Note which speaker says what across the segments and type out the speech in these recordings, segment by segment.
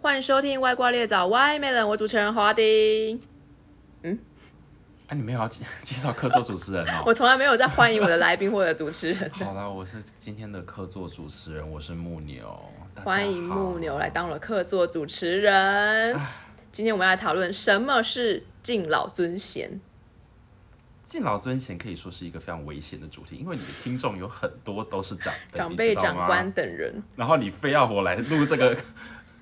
Speaker 1: 欢迎收听《外挂猎枣》Y 美人，我主持人华丁。
Speaker 2: 啊，你没有要介 介绍客座主持人哦？。
Speaker 1: 我从来没有在欢迎我的来宾或者主持人
Speaker 2: 好啦，我是今天的客座主持人，我是木牛。大家好
Speaker 1: 欢迎木牛来当我的客座主持人。今天我们要来讨论什么是敬老尊贤。
Speaker 2: 敬老尊贤可以说是一个非常危险的主题，因为你的听众有很多都是长辈，
Speaker 1: 长辈、
Speaker 2: 你知道
Speaker 1: 长
Speaker 2: 吗
Speaker 1: 官，等人，
Speaker 2: 然后你非要我来录这个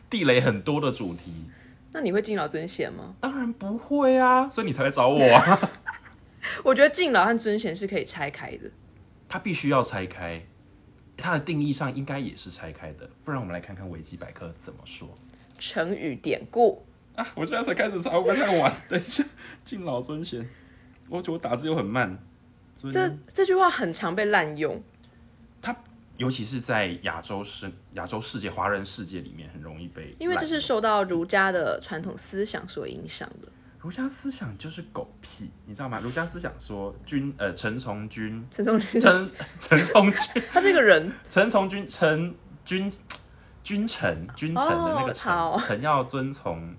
Speaker 2: 地雷很多的主题，
Speaker 1: 那你会敬老尊贤吗？
Speaker 2: 当然不会啊，所以你才来找我啊。
Speaker 1: 我觉得敬老和尊贤是可以拆开的。
Speaker 2: 它必须要拆开，它的定义上应该也是拆开的，不然我们来看看维基百科怎么说。
Speaker 1: 成语典故，
Speaker 2: 啊！我现在才开始查，我刚才玩。等一下，敬老尊贤，我觉得我打字又很慢。尊
Speaker 1: 这这句话很常被滥用。
Speaker 2: 尤其是在亚洲世亚洲世界、华人世界里面，很容易被
Speaker 1: 因为这是
Speaker 2: 滥
Speaker 1: 受到儒家的传统思想所影响的。
Speaker 2: 用儒家思想就是狗屁，你知道吗？儒家思想说君呃陈 从君，
Speaker 1: 陈仲君，
Speaker 2: 陈陈从君，
Speaker 1: 他这个人
Speaker 2: 陈从君，陈君君臣君臣的那个臣
Speaker 1: 哦好，
Speaker 2: 臣、要遵从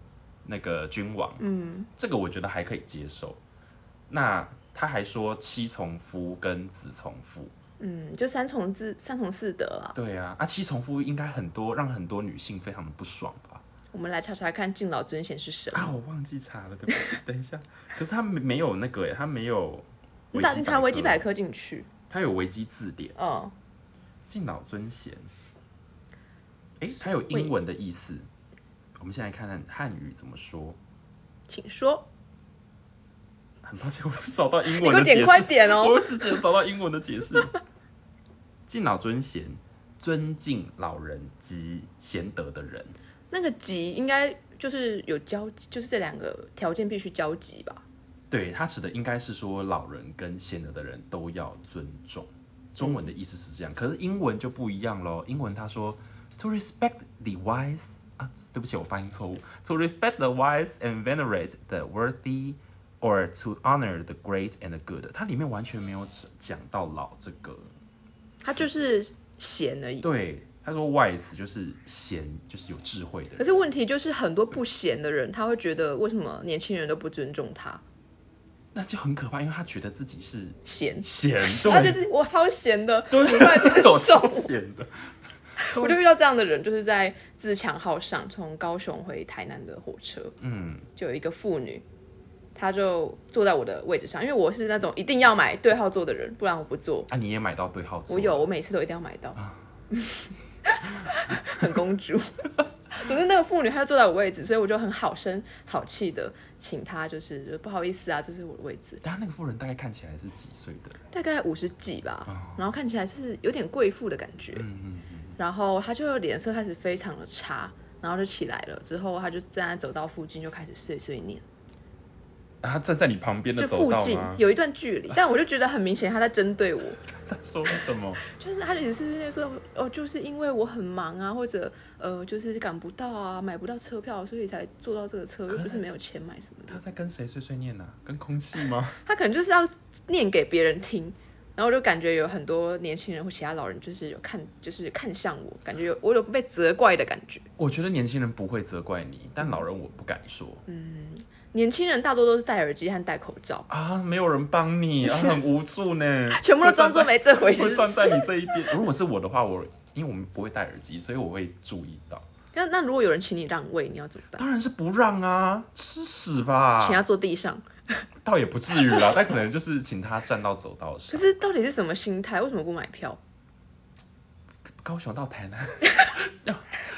Speaker 2: 那个君王。嗯，这个我觉得还可以接受。那他还说妻从夫跟子从父。
Speaker 1: 嗯，就三从四三从四德啦。
Speaker 2: 对啊，啊，七重夫应该很多让很多女性非常的不爽吧？
Speaker 1: 我们来查查看敬老尊贤是什么。
Speaker 2: 啊，我忘记查了，对不起， 等一下。可是他没没有那个耶，他没有
Speaker 1: 你打你查维基百
Speaker 2: 科，
Speaker 1: 科进去，
Speaker 2: 他有维基字典，
Speaker 1: 嗯，
Speaker 2: 敬老尊贤。诶，它有英文的意思。我们先来看看汉语怎么说。
Speaker 1: 请说。
Speaker 2: 很抱歉，我只找到英
Speaker 1: 你
Speaker 2: 文
Speaker 1: 快
Speaker 2: 的解
Speaker 1: 点，
Speaker 2: 释，
Speaker 1: 快点哦！
Speaker 2: 我只找到英文的解释。敬老尊贤，尊敬老人及贤德的人。
Speaker 1: 那个集应该就是有交集，就是这两个条件必须交集吧？
Speaker 2: 对，它指的应该是说老人跟贤德的人都要尊重。中文的意思是这样，可是英文就不一样喽。英文他说，to respect the wise 啊，对不起，我发音错误。To respect the wise and venerate the worthy, or to honor the great and the good。它里面完全没有指讲到老这个。
Speaker 1: 它就是贤而已。
Speaker 2: 对，他说 wise 就是贤，就是有智慧的
Speaker 1: 可
Speaker 2: 人。
Speaker 1: 是问题就是很多不贤的人，他会觉得为什么年轻人都不尊重他？
Speaker 2: 那就很可怕，因为他觉得自己是
Speaker 1: 贤，
Speaker 2: 贤，
Speaker 1: 他就
Speaker 2: 对，
Speaker 1: 是我超贤的，
Speaker 2: 对
Speaker 1: 你快 尊重
Speaker 2: 我超贤的。
Speaker 1: 我就遇到这样的人，就是在自强号上，从高雄回台南的火车，
Speaker 2: 嗯，
Speaker 1: 就有一个妇女，她就坐在我的位置上，因为我是那种一定要买对号座的人，不然我不坐。
Speaker 2: 啊，你也买到对号座？
Speaker 1: 我有，我每次都一定要买到， 很公主。 总之，那个妇女她就坐在我位置，所以我就很好声好气的请她，就是就不好意思啊，这是我的位置，
Speaker 2: 但他那个妇人大概看起来是几岁的人？
Speaker 1: 大概五十几吧，然后看起来就是有点贵妇的感觉。
Speaker 2: 嗯嗯嗯。
Speaker 1: 然后他就脸色开始非常的差，然后就起来了。之后他就站在走道附近就开始碎碎念，
Speaker 2: 啊他站在你旁边
Speaker 1: 就
Speaker 2: 的走
Speaker 1: 附
Speaker 2: 道
Speaker 1: 近
Speaker 2: 吗？
Speaker 1: 有一段距离，但我就觉得很明显他在针对我，
Speaker 2: 他说了什么？
Speaker 1: 就是他一直碎碎念说，哦，就是因为我很忙啊，或者呃，就是赶不到啊，买不到车票，所以才坐到这个车，又不是没有钱买什么的。
Speaker 2: 他在跟谁碎碎念呢、啊？跟空气吗？
Speaker 1: 他可能就是要念给别人听。然后我就感觉有很多年轻人或其他老人，就是有看，就是看向我，感觉有我有被责怪的感觉。
Speaker 2: 我觉得年轻人不会责怪你，但老人我不敢说
Speaker 1: 嗯年轻人大多都是戴耳机和戴口罩，
Speaker 2: 啊，没有人帮你啊，很无助 呢。
Speaker 1: 全部都装作没这回
Speaker 2: 会
Speaker 1: 事
Speaker 2: 站在会。站在你这一边。如果是我的话，我因为我们不会戴耳机，所以我会注意到。
Speaker 1: 那那如果有人请你让位，你要怎么办？
Speaker 2: 当然是不让啊，吃屎吧
Speaker 1: 请！他坐地上。
Speaker 2: 倒也不至于啦，但可能就是请他站到走道
Speaker 1: 可。
Speaker 2: 上
Speaker 1: 是到底是什么心态？为什么不买票？
Speaker 2: 高雄到台南，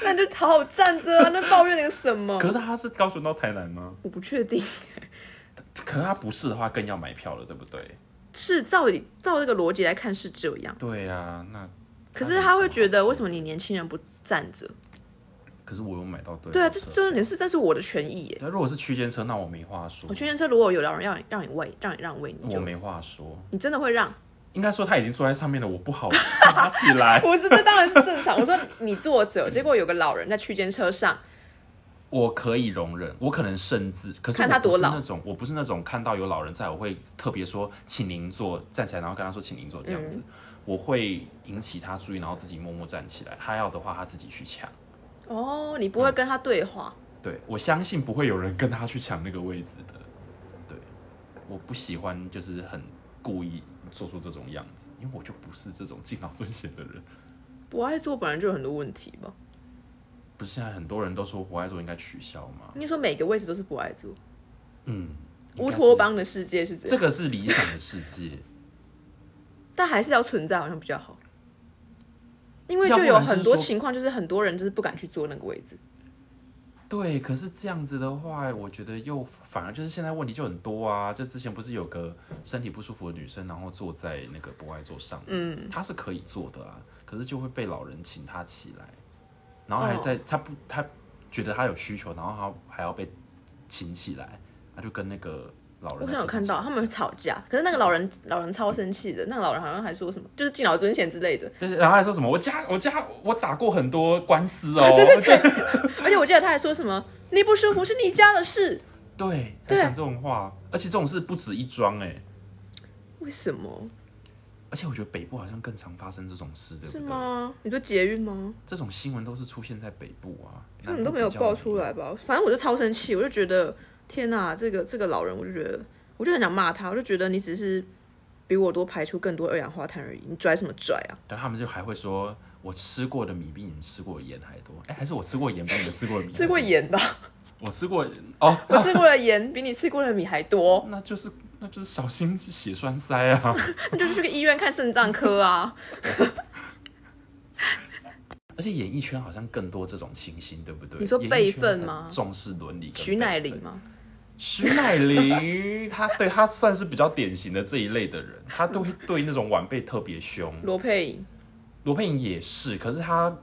Speaker 1: 那你就好好站着啊！那抱怨那个什么
Speaker 2: 可？是他是高雄到台南吗？
Speaker 1: 我不确定，
Speaker 2: 可是他不是的话，更要买票了，对不对？
Speaker 1: 是照理照这个逻辑来看是这样，
Speaker 2: 对啊，那
Speaker 1: 可是他会觉得为什
Speaker 2: 么？
Speaker 1: 么你年轻人不站着？
Speaker 2: 可是我有买到对。
Speaker 1: 对啊，这这重点是，但是我的权益耶。
Speaker 2: 那如果是区间车，那我没话说
Speaker 1: 我，区间车如果有老人让你让你位，让你让位，你
Speaker 2: 我
Speaker 1: 就
Speaker 2: 没话说。
Speaker 1: 你真的会让？
Speaker 2: 应该说他已经坐在上面了，我不好爬起来。
Speaker 1: 不是，这当然是正常。我说你坐着，结果有个老人在区间车上，
Speaker 2: 我可以容忍，我可能甚至，可是
Speaker 1: 看他
Speaker 2: 我不是
Speaker 1: 多老
Speaker 2: 那种，我不是那种看到有老人在，我会特别说，请您坐，站起来，然后跟他说，请您坐
Speaker 1: 嗯
Speaker 2: 这样子，我会引起他注意，然后自己默默站起来。他要的话，他自己去抢。
Speaker 1: 哦，你不会跟他对话，
Speaker 2: 对我相信不会有人跟他去抢那个位置的。对，我不喜欢就是很故意做出这种样子，因为我就不是这种敬老尊贤的人。
Speaker 1: 不爱做本来就有很多问题吧？
Speaker 2: 不是现在很多人都说不爱做应该取消吗？
Speaker 1: 应该说每个位置都是不爱做。
Speaker 2: 嗯，应
Speaker 1: 乌
Speaker 2: 该
Speaker 1: 托
Speaker 2: 是
Speaker 1: 邦的世界是这
Speaker 2: 这
Speaker 1: 样，
Speaker 2: 个是理想的世界，
Speaker 1: 但还是要存在好像比较好，因为
Speaker 2: 要
Speaker 1: 就
Speaker 2: 不
Speaker 1: 有
Speaker 2: 然就是
Speaker 1: 很多
Speaker 2: 说
Speaker 1: 情况就是很多人就是不敢去坐那个位置。
Speaker 2: 对，可是这样子的话，我觉得又反而就是现在问题就很多啊。就之前不是有个身体不舒服的女生，然后坐在那个博爱座上，
Speaker 1: 嗯，
Speaker 2: 她是可以坐的啊，可是就会被老人请她起来，然后还在、
Speaker 1: 哦
Speaker 2: 她不她觉得她有需求，然后她还要被请起来，她就跟那个老人
Speaker 1: 我
Speaker 2: 在
Speaker 1: 好像有
Speaker 2: 身
Speaker 1: 看
Speaker 2: 上
Speaker 1: 到他们吵架，可是那个老人老人超生气的，那个老人好像还说什么就是敬老尊贤之类的，
Speaker 2: 对，对然后还说什么我家我家我打过很多官司哦，
Speaker 1: 而且我记得他还说什么你不舒服是你家的事，
Speaker 2: 对，还
Speaker 1: 对
Speaker 2: 讲这种话，而且这种事不止一桩哎、
Speaker 1: 为什么？
Speaker 2: 而且我觉得北部好像更常发生这种事，对不
Speaker 1: 是
Speaker 2: 对？
Speaker 1: 吗？你说捷运吗？
Speaker 2: 这种新闻都是出现在北部啊，
Speaker 1: 那
Speaker 2: 南
Speaker 1: 你
Speaker 2: 部
Speaker 1: 都没有
Speaker 2: 比较
Speaker 1: 爆出来吧？反正我就超生气，我就觉得天哪，这个这个老人，我就觉得我就很想骂他，我就觉得你只是比我多排出更多二氧化碳而已，你拽什么拽啊？
Speaker 2: 对，他们就还会说我吃过的米比你们吃过的盐还多，哎，还是我吃过盐比你们吃过的米还多
Speaker 1: 吃过，盐吧？
Speaker 2: 我吃过哦，
Speaker 1: 我吃过的盐比你吃过的米还多，
Speaker 2: 那就是那就是小心血栓塞啊！
Speaker 1: 那就去个医院看肾脏科啊！
Speaker 2: 而且演艺圈好像更多这种情形，对不对？
Speaker 1: 你说
Speaker 2: 演艺
Speaker 1: 辈
Speaker 2: 圈
Speaker 1: 分
Speaker 2: 很
Speaker 1: 吗
Speaker 2: 重视伦理跟辈分。
Speaker 1: 徐乃麟吗？
Speaker 2: 徐乃麟，他对他算是比较典型的这一类的人，他都会对那种晚辈特别凶。
Speaker 1: 罗佩颖，
Speaker 2: 罗佩颖也是，可是他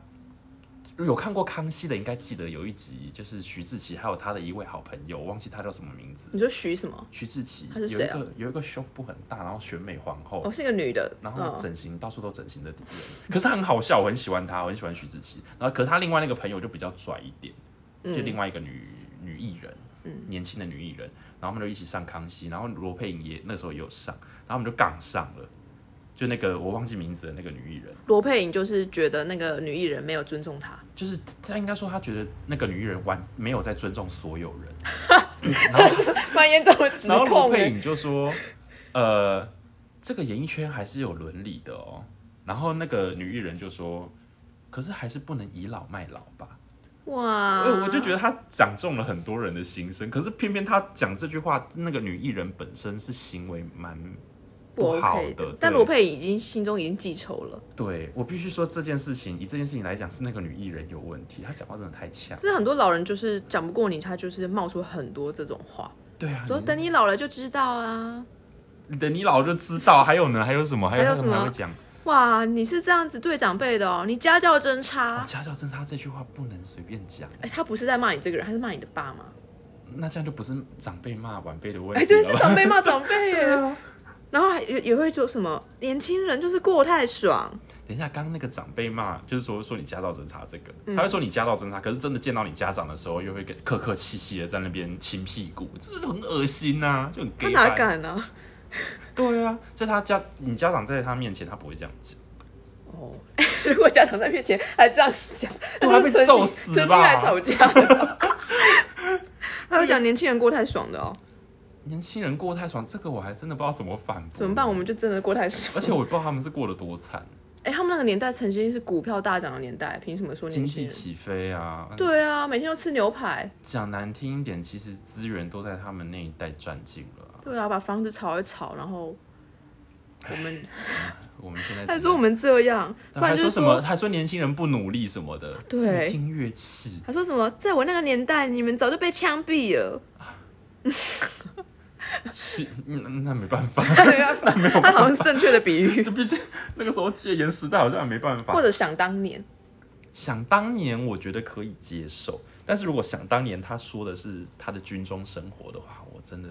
Speaker 2: 有看过《康熙》的，应该记得有一集，就是徐志奇还有他的一位好朋友，我忘记他叫什么名字。
Speaker 1: 你说徐什么？
Speaker 2: 徐志奇
Speaker 1: 他
Speaker 2: 有
Speaker 1: 是
Speaker 2: 一
Speaker 1: 谁啊
Speaker 2: 个有一个胸部很大，然后选美皇后，
Speaker 1: 哦，是一个女的，
Speaker 2: 然后
Speaker 1: 嗯、
Speaker 2: 整形、到处都整形的敌人。可是他很好笑，我很喜欢他，我很喜欢徐志奇。然后可是他另外那个朋友就比较拽一点，
Speaker 1: 嗯
Speaker 2: 就另外一个女、女艺人，年轻的女艺人，然后他们就一起上康熙，然后罗佩颖也那时候也有上，然后我们就杠上了，就那个我忘记名字的那个女艺人。
Speaker 1: 嗯罗佩颖就是觉得那个女艺人没有尊重 她，
Speaker 2: 就是他应该说，他觉得那个女艺人完没有在尊重所有人。然后，
Speaker 1: 蛮严重的指
Speaker 2: 然后罗
Speaker 1: 控
Speaker 2: 佩
Speaker 1: 欸。
Speaker 2: 颖就说：“呃，这个演艺圈还是有伦理的哦。”然后那个女艺人就说：“可是还是不能倚老卖老吧。
Speaker 1: 哇
Speaker 2: 呃，我就觉得他讲中了很多人的心声，可是偏偏他讲这句话，那个女艺人本身是行为蛮……
Speaker 1: 不
Speaker 2: 不好
Speaker 1: OK
Speaker 2: 的
Speaker 1: 但
Speaker 2: 对
Speaker 1: 罗佩已经心中已经记仇了，
Speaker 2: 对我必须说这件事情，以这件事情来讲，是那个女艺人有问题，她讲话真的太呛。
Speaker 1: 就是很多老人就是讲不过你，他就是冒出很多这种话，
Speaker 2: 对啊，
Speaker 1: 说
Speaker 2: 你
Speaker 1: 等你老了就知道啊，
Speaker 2: 等你老就知道。还有呢？还有什么？还有
Speaker 1: 还有
Speaker 2: 他们
Speaker 1: 什么
Speaker 2: 还会讲？
Speaker 1: 哇，你是这样子对长辈的哦，你家教真
Speaker 2: 哦
Speaker 1: 差。
Speaker 2: 家教真差这句话不能随便讲，
Speaker 1: 哎、他不是在骂你这个人，他是骂你的爸妈。
Speaker 2: 那这样就不是长辈骂晚辈的问
Speaker 1: 哎、
Speaker 2: 题
Speaker 1: 对，
Speaker 2: 了啊
Speaker 1: 是
Speaker 2: 吧？
Speaker 1: 长辈骂长 辈耶。然后还也也会说什么年轻人就是过太爽，
Speaker 2: 等一下，刚刚那个长辈骂，就是说说你家教真差这个，
Speaker 1: 嗯
Speaker 2: 他会说你家教真差，可是真的见到你家长的时候，又会跟客客气气的在那边亲屁股，这很恶心呐、就很 gay
Speaker 1: 他哪
Speaker 2: 掰？
Speaker 1: 敢啊？
Speaker 2: 对啊，在他家，你家长在他面前，他不会这样讲，
Speaker 1: 哦， 如果家长在面前还这样 讲，
Speaker 2: 对
Speaker 1: 那就
Speaker 2: 会
Speaker 1: 是存
Speaker 2: 被揍
Speaker 1: 心
Speaker 2: 死
Speaker 1: 存心
Speaker 2: 吧
Speaker 1: 来吵架 的。还有讲年轻人过太爽的哦，
Speaker 2: 年轻人过太爽，这个我还真的不知道怎么反驳。
Speaker 1: 怎么办？我们就真的过太爽。
Speaker 2: 而且我也不知道他们是过得多惨，
Speaker 1: 哎、他们那个年代曾经是股票大涨的年代，凭什么说
Speaker 2: 经
Speaker 1: 年轻
Speaker 2: 济
Speaker 1: 人？
Speaker 2: 起飞啊，
Speaker 1: 对啊，每天都吃牛排。
Speaker 2: 讲难听一点，其实资源都在他们那一代占尽了啊、
Speaker 1: 对啊，把房子炒一炒，然后我们
Speaker 2: 我们现在
Speaker 1: 还
Speaker 2: 只
Speaker 1: 说我们这样，不
Speaker 2: 能，还
Speaker 1: 然
Speaker 2: 说
Speaker 1: 就
Speaker 2: 什么？还说年轻人不努力什么的，
Speaker 1: 对
Speaker 2: 你听乐器，
Speaker 1: 还说什么？在我那个年代，你们早就被枪毙 了。
Speaker 2: 是嗯那没办法，
Speaker 1: 他好像是正确的比喻，
Speaker 2: 就毕竟那个时候戒严时代好像也没办
Speaker 1: 或
Speaker 2: 法。
Speaker 1: 者想当年，
Speaker 2: 想当年我觉得可以接受，但是如果想当年他说的是他的军中生活的话，我真的，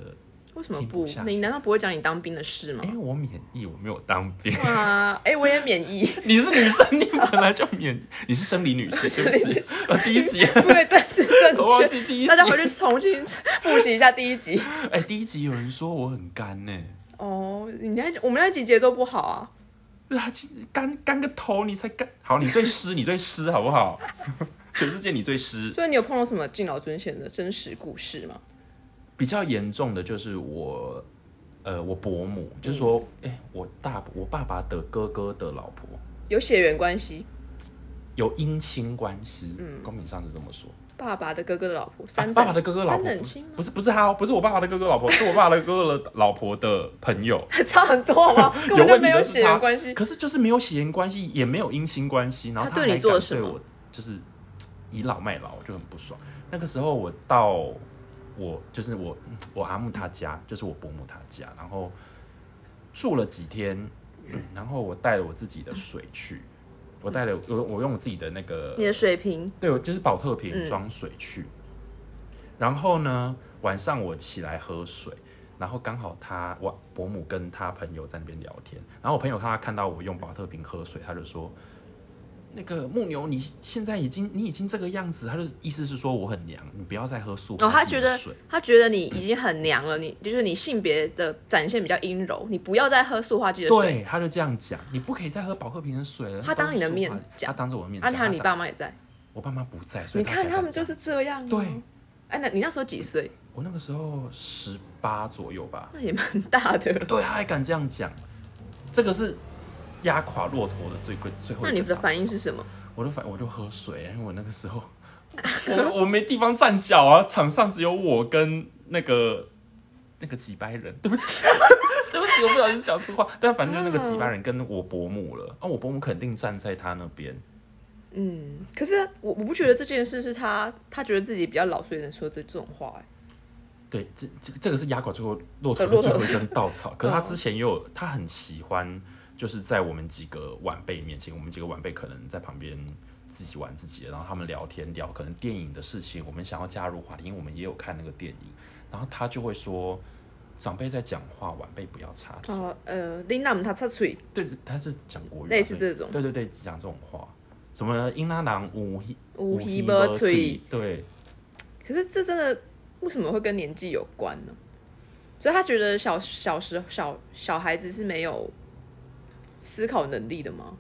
Speaker 1: 为什么
Speaker 2: 听不
Speaker 1: 不？
Speaker 2: 下去
Speaker 1: 你难道不会讲你当兵的事吗
Speaker 2: 因？为我免疫，我没有当兵。
Speaker 1: 哇，哎、我也免疫，
Speaker 2: 你是女生，你本来就免疫，你是生理女性，对不 起，呃，第一集
Speaker 1: 对，这是
Speaker 2: 我忘
Speaker 1: 正
Speaker 2: 记
Speaker 1: 确。
Speaker 2: 第一集
Speaker 1: 大家回去重新复习一下第一集。
Speaker 2: 哎、第一集有人说我很干呢、
Speaker 1: 哦，你那我们那集节奏不好啊。
Speaker 2: 对啊，其实干干个头你才干，好，你最湿，你最湿好不好？ 全世界你最湿。
Speaker 1: 所以你有碰到什么敬老尊贤的真实故事吗？
Speaker 2: 比较严重的就是我，呃，我伯母，就是说，哎、我大我爸爸的哥哥的老婆
Speaker 1: 有血缘关系，
Speaker 2: 有姻亲关系，公屏上是这么说。
Speaker 1: 爸爸的哥哥的老婆，
Speaker 2: 啊
Speaker 1: 三、等、
Speaker 2: 爸爸的哥哥老
Speaker 1: 三
Speaker 2: 婆
Speaker 1: 等
Speaker 2: 不是
Speaker 1: 亲吗
Speaker 2: 不是不是他哦，不是我爸爸的哥哥老婆，是我爸爸的哥哥的老婆的朋友。
Speaker 1: 差很多好 吗？根本就
Speaker 2: 问
Speaker 1: 没
Speaker 2: 题
Speaker 1: 有
Speaker 2: 的
Speaker 1: 血
Speaker 2: 是他
Speaker 1: 缘关系。
Speaker 2: 可是就是没有血缘关系，也没有姻亲关系，然后
Speaker 1: 他对你
Speaker 2: 还
Speaker 1: 做了
Speaker 2: 敢
Speaker 1: 什么
Speaker 2: 我就是倚老卖老，我就很不爽。那个时候我到我就是我我阿木他家，就是我伯母他家，然后住了几天，嗯然后我带了我自己的水去，我带了我我用我自己的那个
Speaker 1: 你的水平，
Speaker 2: 对，我就是保特瓶
Speaker 1: 嗯
Speaker 2: 装水去。然后呢，晚上我起来喝水，然后刚好他我伯母跟他朋友在那边聊天，然后我朋友他看到我用保特瓶喝水，他就说：“那个木牛，你现在已经你已经这个样子。”他就意思是说我很娘，你不要再喝
Speaker 1: 哦，
Speaker 2: 塑
Speaker 1: 他
Speaker 2: 化剂
Speaker 1: 觉
Speaker 2: 的
Speaker 1: 得
Speaker 2: 水。
Speaker 1: 他觉得你已经很娘了，你就是你性别的展现比较阴柔，你不要再喝塑化剂的水。
Speaker 2: 对，他就这样讲，你不可以再喝保特瓶的水了。
Speaker 1: 他当你的
Speaker 2: 都是塑
Speaker 1: 面
Speaker 2: 化剂
Speaker 1: 讲
Speaker 2: 他当着我的面
Speaker 1: 啊，
Speaker 2: 讲。
Speaker 1: 你还有你
Speaker 2: 他当，
Speaker 1: 爸妈也在，
Speaker 2: 我爸妈不在，所
Speaker 1: 你
Speaker 2: 以他
Speaker 1: 看
Speaker 2: 才
Speaker 1: 他
Speaker 2: 敢
Speaker 1: 们就
Speaker 2: 讲
Speaker 1: 是这样、啊。
Speaker 2: 对。
Speaker 1: 哎，那你那时候几岁？
Speaker 2: 我那个时候十八左右吧，
Speaker 1: 那也蛮大的。
Speaker 2: 对，他还敢这样讲，这个是压垮骆驼的最贵最后一
Speaker 1: 那
Speaker 2: 个。
Speaker 1: 你的反应是什么？
Speaker 2: 我的反我就喝水，欸因为我那个 时候我我没地方站脚啊，场上只有我跟那个那个几百人， 对不起。对不起，我不小心讲错话，但反正就那个几百人跟我伯母了，啊，我伯母肯定站在他那边，
Speaker 1: 嗯，可是我我不觉得这件事是他，他觉得自己比较老，所以能说这这种话、哎，
Speaker 2: 对，这这个这个是压垮最后骆驼
Speaker 1: 呃骆
Speaker 2: 的
Speaker 1: 驼
Speaker 2: 最后一根稻草。可是他
Speaker 1: 嗯
Speaker 2: 之前也有，他很喜欢，就是在我们几个晚辈面前，我们几个晚辈可能在旁边自己玩自己的，然后他们聊天聊可能电影的事情，我们想要加入话题，因为我们也有看那个电影，然后他就会说。长辈在讲话，晚辈不要插嘴。
Speaker 1: 哦，呃，琳娜姆他插嘴，
Speaker 2: 对，他是讲国语啊，
Speaker 1: 类似
Speaker 2: 所以
Speaker 1: 这种
Speaker 2: 对对对，讲这种话，什么英拉郎五
Speaker 1: 无希
Speaker 2: 希
Speaker 1: 无
Speaker 2: 吹
Speaker 1: 嘴。，
Speaker 2: 对，
Speaker 1: 可是这真的为什么会跟年纪有关呢？所以他觉得小小时小小孩子是没有思考能力的吗？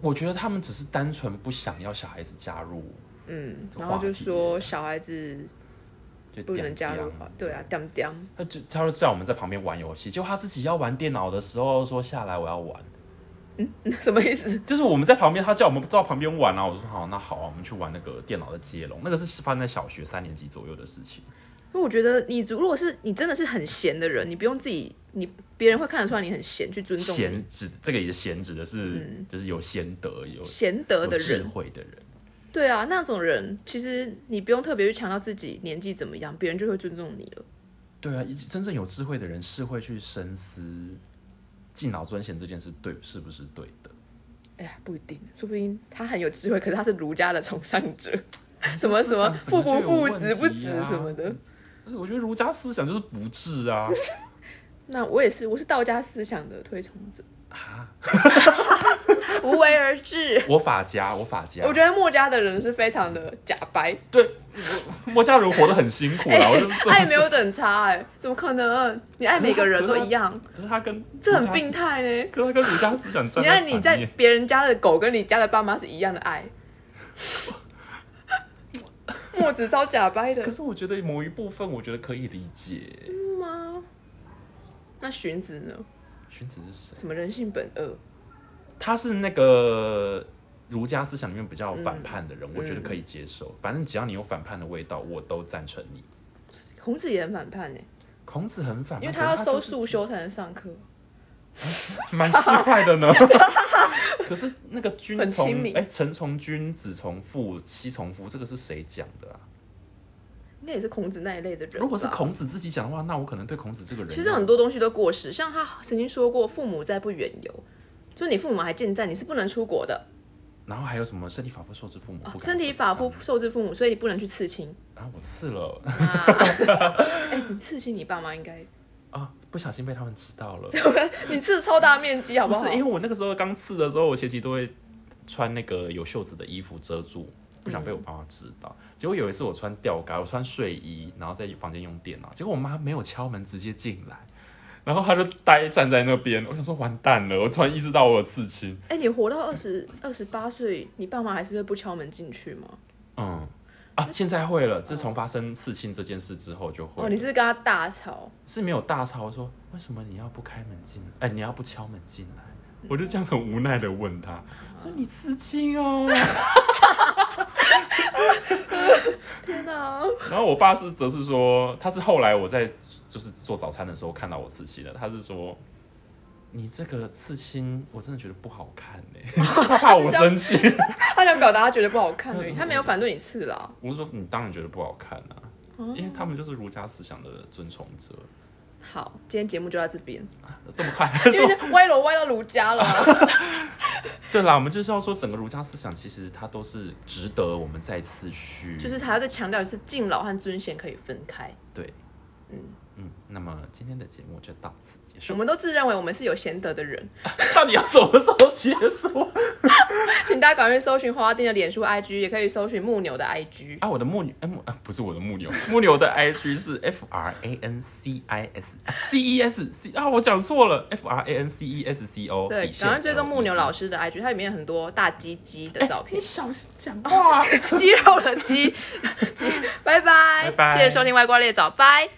Speaker 2: 我觉得他们只是单纯不想要小孩子加入，
Speaker 1: 嗯，
Speaker 2: 这
Speaker 1: 然后
Speaker 2: 话
Speaker 1: 就
Speaker 2: 题
Speaker 1: 说小孩子
Speaker 2: 就
Speaker 1: 不能
Speaker 2: 两
Speaker 1: 加入
Speaker 2: 两
Speaker 1: 话，对啊，当当，
Speaker 2: 他就他就叫我们在旁边玩游戏，结果他自己要玩电脑的时候说下来我要玩，
Speaker 1: 什么意思？
Speaker 2: 就是我们在旁边，他叫我们到旁边玩啊，我说好，那好啊，我们去玩那个电脑的接龙，那个是发生在小学三年级左右的事情。
Speaker 1: 因为我觉得你如果是你真的是很闲的人，你不用自己，你别人会看得出来你很闲，去尊重你
Speaker 2: 贤指这个也贤指的是、就是有贤德有
Speaker 1: 贤德的
Speaker 2: 有智
Speaker 1: 人。
Speaker 2: 慧的人，
Speaker 1: 对啊，那种人其实你不用特别去强调自己年纪怎么样，别人就会尊重你了。
Speaker 2: 对啊，一真正有智慧的人是会去深思敬老尊贤这件事对是不是对的。
Speaker 1: 哎呀，不一定，说不定他很有智慧，可是他是儒家的崇尚者，什么什么
Speaker 2: 思
Speaker 1: 父不
Speaker 2: 想整
Speaker 1: 父
Speaker 2: 哎个就
Speaker 1: 子
Speaker 2: 有
Speaker 1: 不
Speaker 2: 问
Speaker 1: 子
Speaker 2: 题啊
Speaker 1: 什么的。
Speaker 2: 我觉得儒家思想就是不智啊。
Speaker 1: 那我也是，我是道家思想的推崇者，
Speaker 2: 啊，
Speaker 1: 无为而治。
Speaker 2: 我法家，我法家，
Speaker 1: 我觉得墨家的人是非常的假白，
Speaker 2: 莫家人活得很辛苦啊啦，我就是这么
Speaker 1: 哎爱没
Speaker 2: 说。
Speaker 1: 有等差哎、怎么可能？你爱每个人都一 样，
Speaker 2: 可是他跟
Speaker 1: 这很病，态呢。
Speaker 2: 可是他跟儒家思想站
Speaker 1: 你爱
Speaker 2: 在
Speaker 1: 你
Speaker 2: 反
Speaker 1: 在
Speaker 2: 面
Speaker 1: 别人家的狗跟你家的爸妈是一样的 爱，墨子超假掰的
Speaker 2: 可是我觉得某一部分，我觉得可以理解。
Speaker 1: 是吗？那荀子呢？嗯
Speaker 2: 荀子是谁？
Speaker 1: 什么人性本恶？
Speaker 2: 他是那个儒家思想里面比较反叛的人，我觉得
Speaker 1: 嗯
Speaker 2: 可以接受。反正只要你有反叛的味道，我都赞成你。
Speaker 1: 孔子也很反叛呢，欸
Speaker 2: 孔子很反叛，
Speaker 1: 因为
Speaker 2: 可
Speaker 1: 他要
Speaker 2: 是他
Speaker 1: 收
Speaker 2: 就是
Speaker 1: 束修才能上课。
Speaker 2: 蛮市 侩的呢。可是那个君
Speaker 1: 很亲
Speaker 2: 从
Speaker 1: 民
Speaker 2: 哎，臣从君，子从父，妻从夫，这个是谁讲的啊？
Speaker 1: 应该也是孔子那一类的人吧。
Speaker 2: 如果是孔子自己讲的话，那我可能对孔子这个人，
Speaker 1: 其实很多东西都过时，像他曾经说过“父母在，不远游”，就你父母还健在，你是不能出国的。
Speaker 2: 然后还有什么身体发肤受之父母，不
Speaker 1: 啊
Speaker 2: 敢
Speaker 1: 身体
Speaker 2: 不
Speaker 1: 发
Speaker 2: 敢
Speaker 1: 肤受之父母，所以你不能去刺 青。
Speaker 2: 啊，我刺了
Speaker 1: 啊，哎、你刺青，你爸妈应该，
Speaker 2: 啊，不小心被他们知道 了。
Speaker 1: 你刺超大面积，好
Speaker 2: 不
Speaker 1: 好？
Speaker 2: 是因为我那个时候刚刺的时候，我前期都会穿那个有袖子的衣服遮住，不想
Speaker 1: 嗯
Speaker 2: 被我爸妈知道。结果有一次我穿吊嘎，我穿睡衣，然后在房间用电脑，结果我妈没有敲门，直接进来。然后她就呆站在那边，我想说完蛋了，我突然意识到我有刺青，
Speaker 1: 哎、你活到二十二十八岁，你爸妈还是会不敲门进去吗？
Speaker 2: 嗯啊，现在会了。自从发生刺青这件事之后就会了。
Speaker 1: 哦，你是跟他大吵，
Speaker 2: 是没有大吵说为什么你要不开门进来？哎、你要不敲门进来？
Speaker 1: 嗯
Speaker 2: 我就这样很无奈的问他，说你刺青哦。
Speaker 1: 天哪、
Speaker 2: 然后我爸是则是说，他是后来我在就是做早餐的时候看到我刺青的，他是说。你这个刺青，我真的觉得不好看呢、 他怕我生气。
Speaker 1: 他想表达他觉得不好看 而已，他没有反对你刺啦。
Speaker 2: 我是说，你当然觉得不好看啊，
Speaker 1: 哦
Speaker 2: 因为他们就是儒家思想的遵从者。
Speaker 1: 好，今天节目就到这 边，
Speaker 2: 这么快？
Speaker 1: 因为歪楼歪到儒家了。
Speaker 2: 对啦，我们就是要说，整个儒家思想其实它都是值得我们再次去，
Speaker 1: 就是还要再强调一次，敬老和尊贤可以分开。
Speaker 2: 对，
Speaker 1: 嗯
Speaker 2: 嗯。那么今天的节目就到此结
Speaker 1: 我
Speaker 2: 束。
Speaker 1: 们都自认为我们是有贤德的人，
Speaker 2: 到底要什么时候结束？
Speaker 1: 请大家赶快搜寻花丁的脸书 IG，也可以搜寻木牛的 IG。
Speaker 2: 啊，我的木牛，哎木啊，不是我的木牛，木牛的 IG 是 F R A N C I S C E S C 啊，我讲错了，F R A N C E S C O。
Speaker 1: 对，赶快追踪木牛老师的 IG，它里面有很多大鸡鸡的照
Speaker 2: 你
Speaker 1: 片，
Speaker 2: 小心讲 话。
Speaker 1: 鸡肉的鸡，鸡，拜拜，
Speaker 2: 拜拜
Speaker 1: 谢谢收听外挂猎早拜。